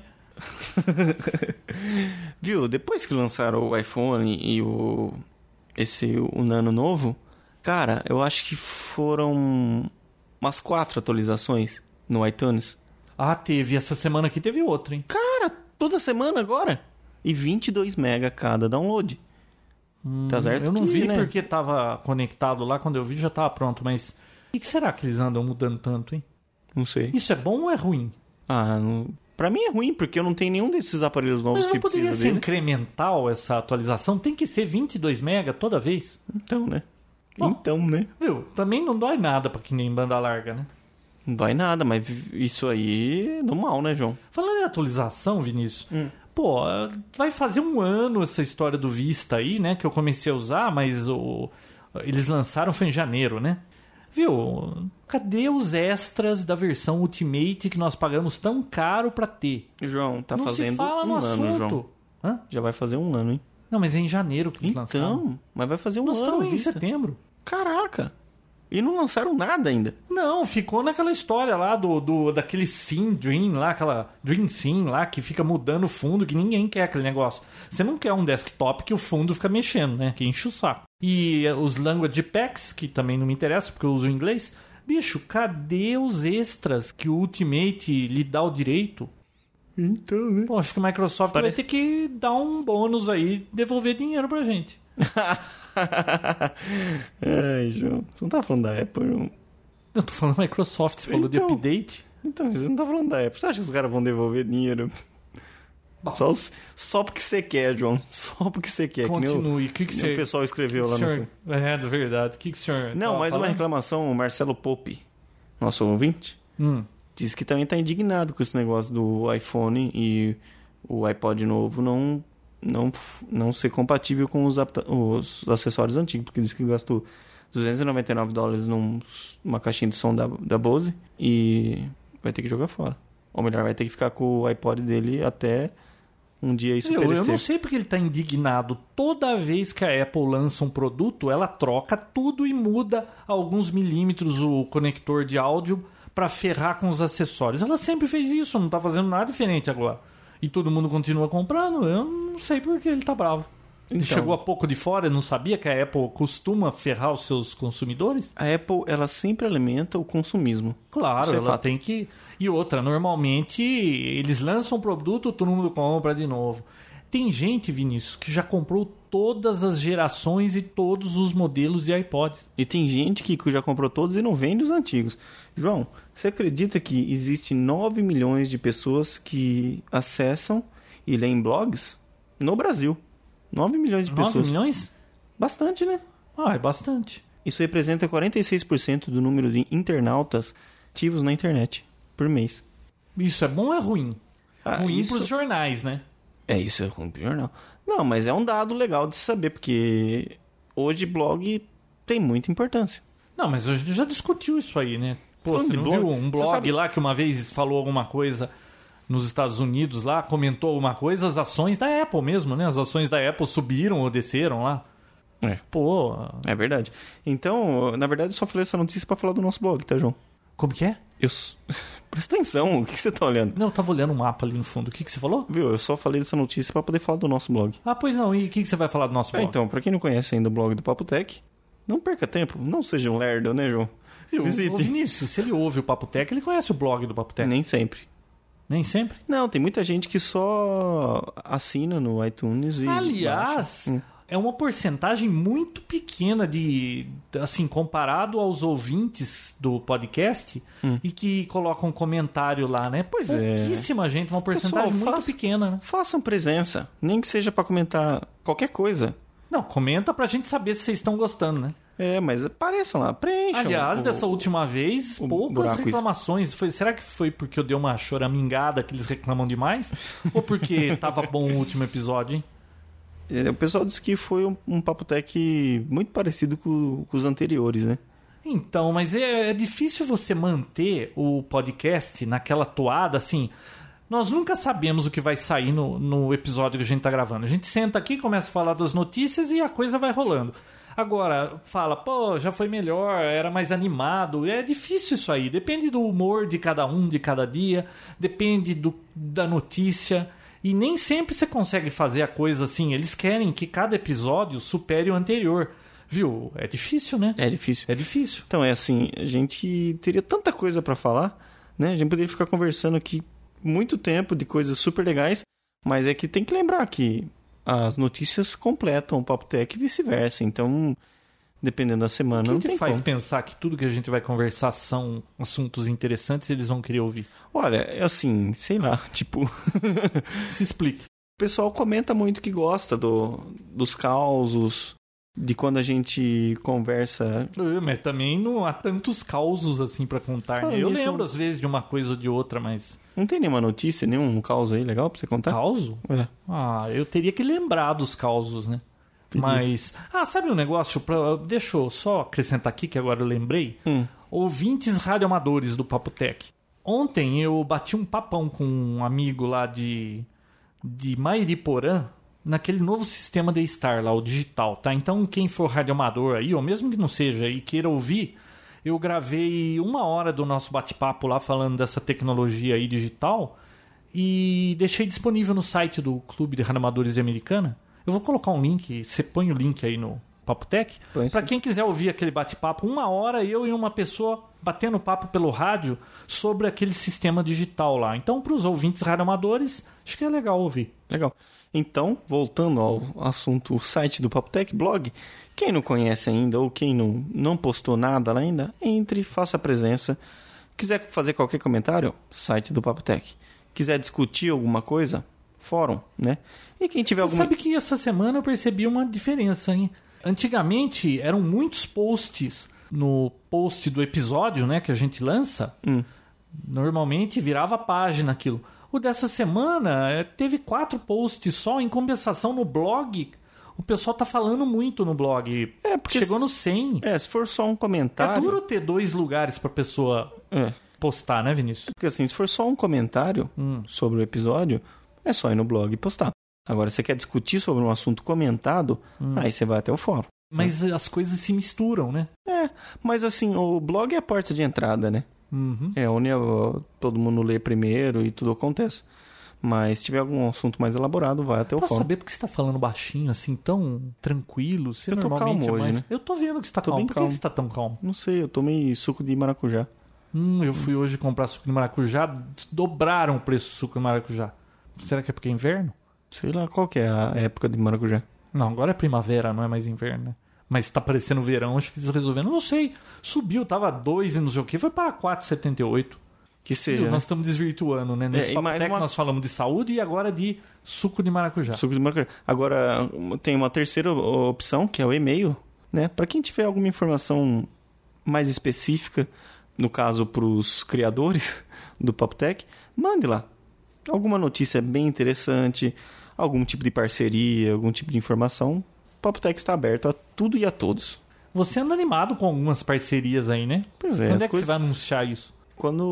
Viu, depois que lançaram o iPhone e o esse o Nano novo, cara, eu acho que foram umas quatro atualizações no iTunes. Ah, teve. Essa semana aqui teve outra, hein? Cara, toda semana agora e 22 mega cada download. tá certo? Hum, eu não que, vi né? porque tava conectado lá. Quando eu vi já tava pronto, mas... O que, que será que eles andam mudando tanto, hein? não sei. Isso é bom ou é ruim? Ah, não... para mim é ruim porque eu não tenho nenhum desses aparelhos novos Mas não que Ah, poderia precisa ser dele. incremental essa atualização? Tem que ser 22 mega toda vez? Então, né? Bom. Então, né? Viu? Também não dói nada pra quem nem banda larga, né? Não dói nada, mas isso aí é do mal, né, João? Falando em atualização, Vinícius, Hum. pô, vai fazer um ano essa história do Vista aí, né? Que eu comecei a usar, mas o... eles lançaram foi em janeiro, né? Viu? Cadê os extras da versão Ultimate que nós pagamos tão caro pra ter? João, tá não fazendo se fala um no ano, assunto. João. Hã? Já vai fazer um ano, hein? Não, mas é em janeiro que eles lançaram. Então, mas vai fazer um Nós ano. estamos em Vista. setembro. Caraca! E não lançaram nada ainda. Não, ficou naquela história lá do, do daquele Sim Dream lá, aquela Dream Sim lá que fica mudando o fundo, que ninguém quer aquele negócio. Você não quer um desktop que o fundo fica mexendo, né? Que enche o saco. E eh, os language packs, que também não me interessa porque eu uso inglês. Bicho, cadê os extras que o Ultimate lhe dá o direito? Então, né? Pô, acho que o Microsoft Parece- vai ter que dar um bônus aí, devolver dinheiro pra gente. Ai, João. Você não tá falando da Apple, João. Eu tô falando Microsoft, você falou Então. de update. Então, você não tá falando da Apple. Você acha que os caras vão devolver dinheiro? Bom. Só, os- só porque você quer, João. Só porque você quer. é Que nem o, Continue. O que, que que nem o você. pessoal escreveu lá no... senhor... É, de verdade. O que, que o senhor. Não, tava mais uma falando? reclamação. O Marcelo Pope, nosso ouvinte, Hum. diz que também tá indignado com esse negócio do iPhone e o iPod novo não não não ser compatível com os, apta- os acessórios antigos, porque diz que gastou 299 dólares numa caixinha de som da, da Bose e vai ter que jogar fora. Ou melhor, vai ter que ficar com o iPod dele até um dia isso Eu, eu não perecer. sei porque ele tá indignado. Toda vez que a Apple lança um produto, ela troca tudo e muda alguns milímetros o conector de áudio para ferrar com os acessórios. Ela sempre fez isso, não tá fazendo nada diferente agora. e todo mundo continua comprando, eu não sei por que ele tá bravo. Ele Então. chegou a pouco de fora, não sabia que a Apple costuma ferrar os seus consumidores? A Apple, ela sempre alimenta o consumismo. Claro, Isso é ela fato. tem que. E outra, normalmente eles lançam um produto, todo mundo compra de novo. Tem gente, Vinícius, que já comprou todas as gerações e todos os modelos de iPod. E tem gente que já comprou todos e não vende os antigos. João, você acredita que existe 9 milhões de pessoas que acessam e leem blogs no Brasil? 9 milhões de 9 pessoas. milhões? Bastante, né? Ah, é bastante. Isso representa 46% do número de internautas ativos na internet por mês. Isso é bom ou é ruim? Ah, ruim isso- pros jornais, né? É, isso é ruim pro jornal. Não, mas é um dado legal de saber, porque hoje blog tem muita importância. Não, mas a gente já discutiu isso aí, né? Pô, Falando você de não blog, viu um você blog sabe- lá que uma vez falou alguma coisa nos Estados Unidos lá, comentou alguma coisa, as ações da Apple mesmo, né? As ações da Apple subiram ou desceram lá. É. Pô, É verdade. Então, na verdade, eu só falei essa notícia pra falar do nosso blog, tá, João? como que é? Eu... s- Presta atenção, o que que você tá olhando? Não, eu tava olhando o mapa ali no fundo. O que, que você falou? Viu, eu só falei dessa notícia pra poder falar do nosso blog. Ah, pois não. E o que, que você vai falar do nosso É, blog? então, pra quem não conhece ainda o blog do Papo Tech, não perca tempo, não seja um lerdo, né, João? Viu, visite. O Vinícius, se ele ouve o Papo Tech, ele conhece o blog do Papo Tech. Nem sempre. Nem sempre. Não, tem muita gente que só assina no iTunes e. Aliás, baixa. Hum. é uma porcentagem muito pequena de assim comparado aos ouvintes do podcast e que colocam um comentário lá, né? Hum. Pois é. Pouquíssima gente, uma porcentagem Pessoal, muito faça- pequena, né? Façam presença, nem que seja pra comentar qualquer coisa. Não, comenta pra gente saber se vocês estão gostando, né? É, mas apareçam lá, preencham. Aliás, o- dessa última vez, o poucas buraco, isso. reclamações. Foi, será que foi porque eu dei uma choramingada que eles reclamam demais? Ou porque tava bom o último episódio, hein? É, O pessoal disse que foi um, um Papo Tech muito parecido com, com os anteriores, né? Então, mas é, é difícil você manter o podcast naquela toada assim. Nós nunca sabemos o que vai sair no, no episódio que a gente tá gravando. A gente senta aqui, começa a falar das notícias e a coisa vai rolando. Agora, fala, pô, já foi melhor, era mais animado. É difícil isso aí. Depende do humor de cada um, de cada dia, depende do, da notícia. E nem sempre você consegue fazer a coisa assim. Eles querem que cada episódio supere o anterior. Viu? É difícil, né? É difícil. É difícil. Então é assim, a gente teria tanta coisa pra falar, né? A gente poderia ficar conversando aqui muito tempo de coisas super legais, mas é que tem que lembrar que as notícias completam o Papo Tech e vice-versa. Então, dependendo da semana, O não que te tem faz como. pensar que tudo que a gente vai conversar são assuntos interessantes e eles vão querer ouvir? Olha, é assim, sei lá, tipo, Se explique. O pessoal comenta muito que gosta do, dos causos, de quando a gente conversa. Ah, Mas também não há tantos causos assim pra contar. né? Falando Eu nisso, lembro eu- às vezes de uma coisa ou de outra, mas. Não tem nenhuma notícia, nenhum caos aí legal pra você contar? Causo? É. Ah, eu teria que lembrar dos causos, né? Mas. Ah, sabe um negócio? Pra- Deixa eu só acrescentar aqui que agora eu lembrei. Hum. Ouvintes radioamadores do Papo Tech. Ontem eu bati um papão com um amigo lá de, de Mairiporã naquele novo sistema de Star lá, o digital, tá? Então quem for radioamador aí, ou mesmo que não seja e queira ouvir, eu gravei uma hora do nosso bate-papo lá falando dessa tecnologia aí digital e deixei disponível no site do Clube de Radioamadores de Americana. Eu vou colocar um link, você põe o link aí no Papo Tech, Põe para quem quiser ouvir aquele bate-papo, uma hora eu e uma pessoa batendo papo pelo rádio sobre aquele sistema digital lá. Então, para os ouvintes radioamadores, acho que é legal ouvir. Legal. Então, voltando ao assunto, o site do Papotec blog, quem não conhece ainda ou quem não, não postou nada lá ainda, entre, faça presença. Quiser fazer qualquer comentário, site do Papotec. Quiser discutir alguma coisa, fórum, né? E quem tiver Você alguma sabe que essa semana eu percebi uma diferença, hein? Antigamente eram muitos posts no post do episódio, né, que a gente lança. Hum. Normalmente virava página aquilo. O dessa semana eh, teve quatro posts só. Em compensação no blog, o pessoal tá falando muito no blog. É, porque- chegou no 100. É, se for só um É comentário. duro ter dois lugares pra pessoa É. postar, né, Vinícius? Porque assim, se for só um comentário Hum. sobre o episódio, é só ir no blog e postar. Agora, se você quer discutir sobre um assunto comentado, Hum. aí você vai até o fórum. Mas as coisas se misturam, né? É, mas assim, o blog é a porta de entrada, né? Uhum. É onde ó, todo mundo lê primeiro e tudo acontece. Mas se tiver algum assunto mais elaborado, vai até o Posso pau. saber por que você tá falando baixinho, assim, tão tranquilo? Você Eu tô normalmente calmo é hoje, mais... né? Eu tô vendo que você tá Tô calmo. bem Por calmo. que você tá tão calmo? Não sei, eu tomei suco de maracujá. Hum, eu fui hoje comprar suco de maracujá, dobraram o preço do suco de maracujá. Será que é porque é inverno? Sei lá, qual que é a época de maracujá? Não, agora é primavera, não é mais inverno, né? Mas tá parecendo verão, acho que eles resolveram. Não sei, subiu, tava 2 e não sei o que, foi para 4,78. Que Viu? seja, né? É, Nós estamos desvirtuando, né? Nesse e mais papel uma- nós falamos de saúde e agora de suco de maracujá. Suco de maracujá. Agora, tem uma terceira opção, que é o e-mail, né? Pra quem tiver alguma informação mais específica, no caso pros criadores do Papotec, mande lá. Alguma notícia bem interessante, algum tipo de parceria, algum tipo de informação. O Papotec está aberto a tudo e a todos. Você anda animado com algumas parcerias aí, né? Pois é, Quando as é que coisas- você vai anunciar isso? Quando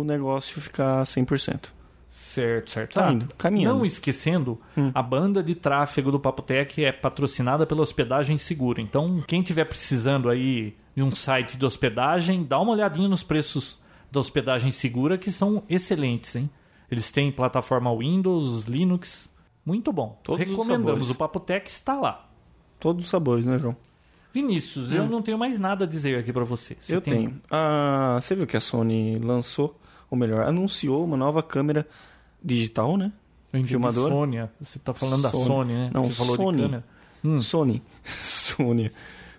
o negócio ficar 100%. Certo, certo. Tá indo, caminhando. Hum. Não esquecendo, a banda de tráfego do Papotec é patrocinada pela Hospedagem Seguro. Então, quem tiver precisando aí de um site de hospedagem, dá uma olhadinha nos preços da Hospedagem Segura, que são excelentes, hein? Eles têm plataforma Windows, Linux, muito bom. Todos os Recomendamos, sabores. o Papotec está lá. Todos os sabores, né, João? Vinícius, eu não tenho mais nada a dizer aqui pra você. Você Hum. eu tem- tenho. Ah, você viu que a Sony lançou, ou melhor, anunciou uma nova câmera digital, né? Eu entendi Filmadora? Sony, um você tá falando da Sony. Sony, né? Não, Você falou de Sony. câmera. Hum, Sony. Sony.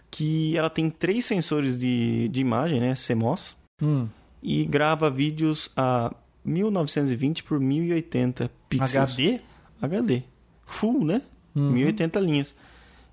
Que ela tem três sensores de, de imagem, né? CMOS. Hum. E grava vídeos a 1920 por 1080 pixels. HD? HD. Full, né? Uhum. 1080 linhas.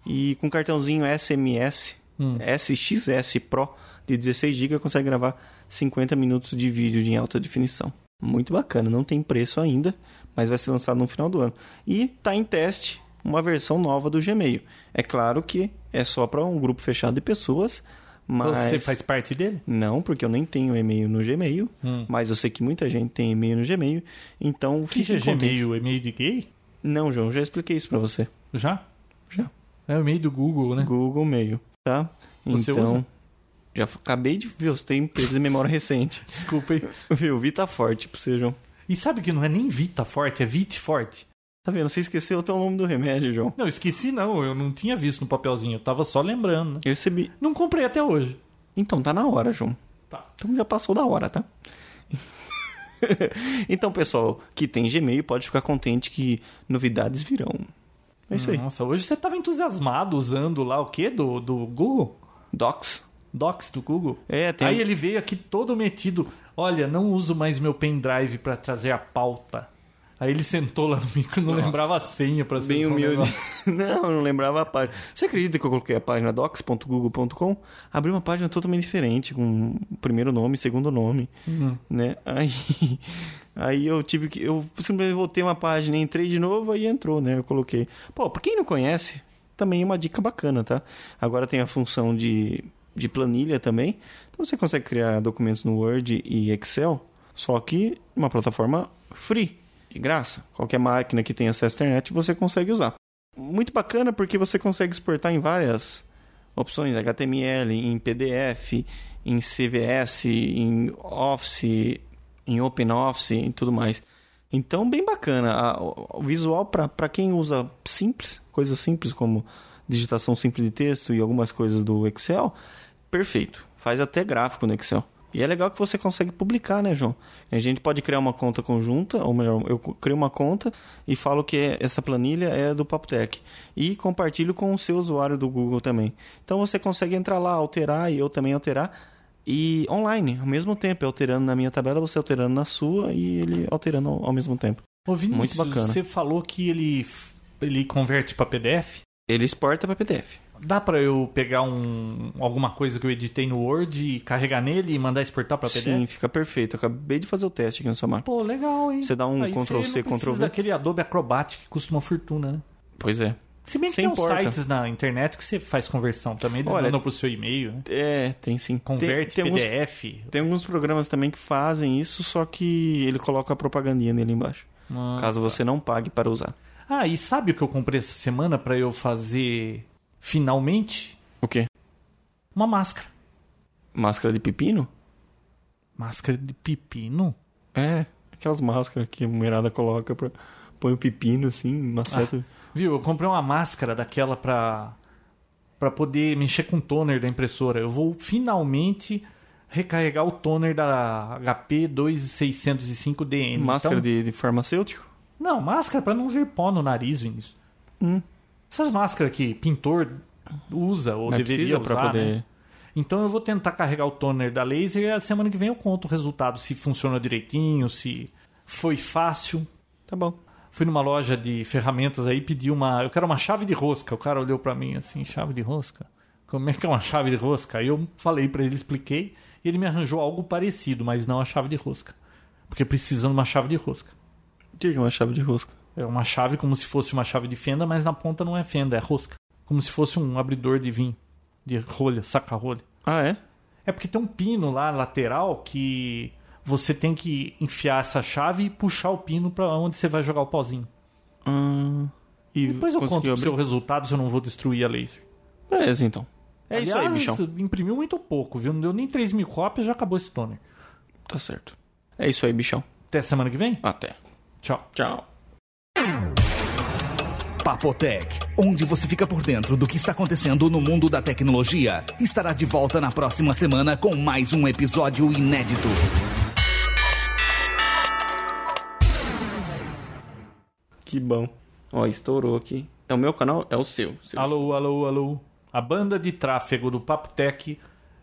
E com cartãozinho SMS, Hum. SXS Pro de 16 GB, consegue gravar 50 minutos de vídeo em alta definição. Muito bacana, não tem preço ainda, mas vai ser lançado no final do ano. E está em teste uma versão nova do Gmail. É claro que é só para um grupo fechado de pessoas, mas Você faz parte dele? não, porque eu nem tenho e-mail no Gmail, mas eu sei que muita gente tem e-mail no Gmail, então Hum. Que fiquem é contentes. e-mail? E-mail de gay? Não, João, já expliquei isso pra você. Já? Já. É o e-mail do Google, né? Google Mail, tá? Você então, usa? já f- acabei de ver, você tem peso de memória recente. Desculpa aí. Viu, o Vita Forte pra você, João. E sabe que não é nem Vita Forte, é Vit Forte. Tá vendo? Você esqueceu até o nome do remédio, João. Não, esqueci não, eu não tinha visto no papelzinho, eu tava só lembrando. né? Eu recebi. Não comprei até hoje. Então, tá na hora, João. Tá. Então já passou da hora, tá? então, pessoal, que tem Gmail pode ficar contente que novidades virão. É isso aí. Nossa, hoje você tava entusiasmado usando lá o quê do, do Google? Docs. Docs do Google? É, tem. Aí ele veio aqui todo metido. Olha, não uso mais meu pendrive pra trazer a pauta. Aí ele sentou lá no micro, não lembrava a senha pra ser Bem humilde. Não, eu não lembrava a página. Você acredita que eu coloquei a página docs.google.com? Abri uma página totalmente diferente, com primeiro nome, segundo nome, né? Aí, aí eu tive que... Eu simplesmente voltei uma página, entrei de novo, aí entrou, né? Eu coloquei. Pô, pra quem não conhece, também é uma dica bacana, tá? Agora tem a função de, de planilha também. Então você consegue criar documentos no Word e Excel, só que numa plataforma free, de graça. Qualquer máquina que tenha acesso à internet você consegue usar. Muito bacana porque você consegue exportar em várias opções, HTML, em PDF, em CVS, em Office, em OpenOffice e tudo mais. Então, bem bacana. A- o- O visual, para quem usa simples, coisas simples como digitação simples de texto e algumas coisas do Excel, perfeito. Faz até gráfico no Excel. E é legal que você consegue publicar, né, João? A gente pode criar uma conta conjunta, ou melhor, eu crio uma conta e falo que é- essa planilha é do Papotec. E compartilho com o seu usuário do Google também. Então você consegue entrar lá, alterar e eu também alterar e online, ao mesmo tempo, eu alterando na minha tabela, você alterando na sua e ele alterando ao ao mesmo tempo. Ô, Vinícius, Muito bacana. você falou que ele, f- ele converte pra PDF. Ele exporta para PDF. Dá pra eu pegar um, alguma coisa que eu editei no Word e carregar nele e mandar exportar pra PDF? Sim, fica perfeito. Eu acabei de fazer o teste aqui na sua máquina. Pô, legal, hein? Você dá um Aí você Ctrl+C, não precisa Ctrl+V. daquele Adobe Acrobat que custa uma fortuna, né? Pois é. Se bem que Você tem importa. uns sites na internet que você faz conversão também, eles Olha, mandam pro seu e-mail, né? É, tem sim. Converte tem, tem alguns- PDF. tem alguns programas também que fazem isso, só que ele coloca a propagandinha nele embaixo. Ah, caso você não pague para usar. Ah, e sabe o que eu comprei essa semana pra eu fazer finalmente? O quê? Uma máscara. Máscara de pepino? Máscara de pepino? É. aquelas máscaras que a mulherada coloca pra. Põe o pepino assim, maceta. Viu? Eu comprei uma máscara daquela pra, pra poder mexer com o toner da impressora. Eu vou finalmente recarregar o toner da HP 2605DM. máscara Então- de, de farmacêutico? Não, máscara pra não vir pó no nariz, Vinícius. Hum. Essas máscaras que pintor usa ou Mas deveria precisa usar, pra poder. né? Então eu vou tentar carregar o toner da laser e a semana que vem eu conto o resultado, se funcionou direitinho, se foi fácil. Tá bom. Fui numa loja de ferramentas aí, pedi uma. Eu quero uma chave de rosca. O cara olhou pra mim assim: chave de rosca? Como é que é uma chave de rosca? Aí eu falei pra ele, expliquei. E ele me arranjou algo parecido, mas não a chave de rosca. Porque precisando de uma chave de rosca. O que que é uma chave de rosca? É uma chave como se fosse uma chave de fenda, mas na ponta não é fenda, é rosca. Como se fosse um abridor de vinho, de rolha, saca-rolha. Ah, é? É porque tem um pino lá lateral que você tem que enfiar essa chave e puxar o pino pra onde você vai jogar o pozinho. Hum, e Depois eu conto conseguiu abrir? pro seu resultado se eu não vou destruir a laser. Beleza, então. É isso aí, Aliás, bichão. imprimiu muito pouco, viu? Não deu nem 3 mil cópias, já acabou esse toner. Tá certo. É isso aí, bichão. Até semana que vem? Até. Tchau. Tchau. Papotec, onde você fica por dentro do que está acontecendo no mundo da tecnologia, estará de volta na próxima semana com mais um episódio inédito. Que bom. Ó, estourou aqui. É o meu canal? É o seu. seu. Alô, alô, alô. A banda de tráfego do Papo Tech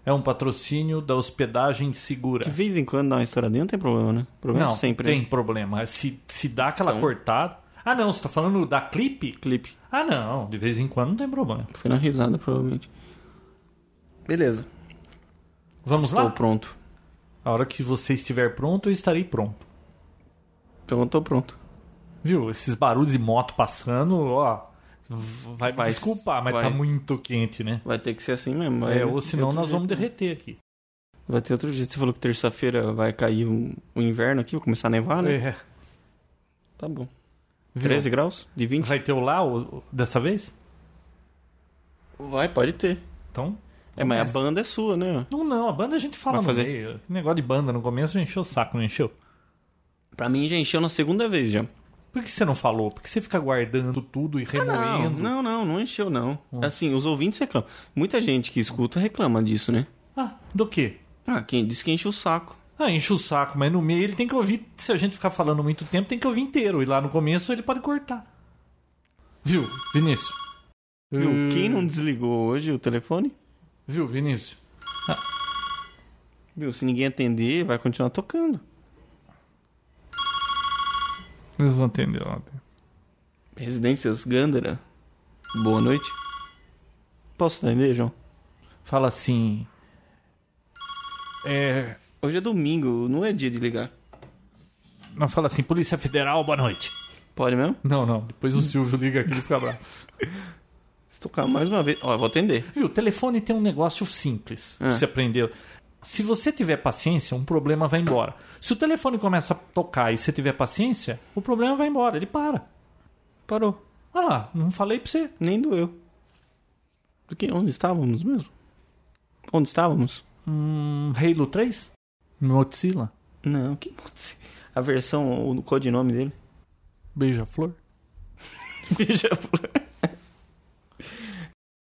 é um patrocínio da hospedagem segura. De vez em quando dá uma estouradinha, não tem problema, né? O problema Não, é sempre. tem problema. Se, se dá aquela Então. cortada. Ah, não, você tá falando da clipe? Clipe. Ah, não, de vez em quando não tem problema. Foi na risada, provavelmente. Beleza. Vamos Estou lá? pronto. A hora que você estiver pronto, eu estarei pronto. Então eu tô pronto. Viu? Esses barulhos de moto passando, ó. v- Vai, me Vai, desculpar, mas vai. tá muito quente, né? Vai ter que ser assim mesmo. vai É, ou ter senão outro nós jeito. vamos derreter aqui. Vai ter outro jeito. Você falou que terça-feira vai cair o, o inverno aqui, vai começar a nevar, né? É. Tá bom. Viu? 13 graus? De 20? Vai ter o lá o- dessa vez? Vai, pode ter. Então. É, mas começa. a banda é sua, né? Não, não, a banda a gente fala Vai no fazer? meio. Que Negócio de banda no começo já encheu o saco, não encheu? Pra mim já encheu na segunda vez já. Por que você não falou? Por que você fica guardando tudo e Ah, Não, remoendo? não, não, não encheu não. Assim, os ouvintes reclamam. Muita gente que escuta reclama disso, né? Ah, do quê? Ah, quem diz que enche o saco. Ah, enche o saco, mas no meio ele tem que ouvir. Se a gente ficar falando muito tempo, tem que ouvir inteiro. E lá no começo ele pode cortar. Viu, Vinícius? Viu? Hum, Quem não desligou hoje o telefone? Viu, Vinícius? Viu? Se ninguém atender, vai continuar tocando. Eles vão entender ontem. Residências Gandara. Boa noite. Posso atender, João? Fala assim. É. Hoje é domingo, não é dia de ligar. Não, fala assim, Polícia Federal, boa noite. Pode mesmo? Não, não. Depois o Silvio liga aqui e ele fica bravo. Se tocar mais uma vez. Ó, eu vou atender. Viu, o telefone tem um negócio simples. Ah. Você aprendeu. Se você tiver paciência, um problema vai embora. Se o telefone começa a tocar e você tiver paciência, o problema vai embora, ele para. Parou. Olha lá, não falei pra você. Nem doeu. Do que? Onde estávamos mesmo? Onde estávamos? Hum, Halo 3? Mozilla? Não, que putz. A versão, o codinome dele. Beija-flor? Beija-flor.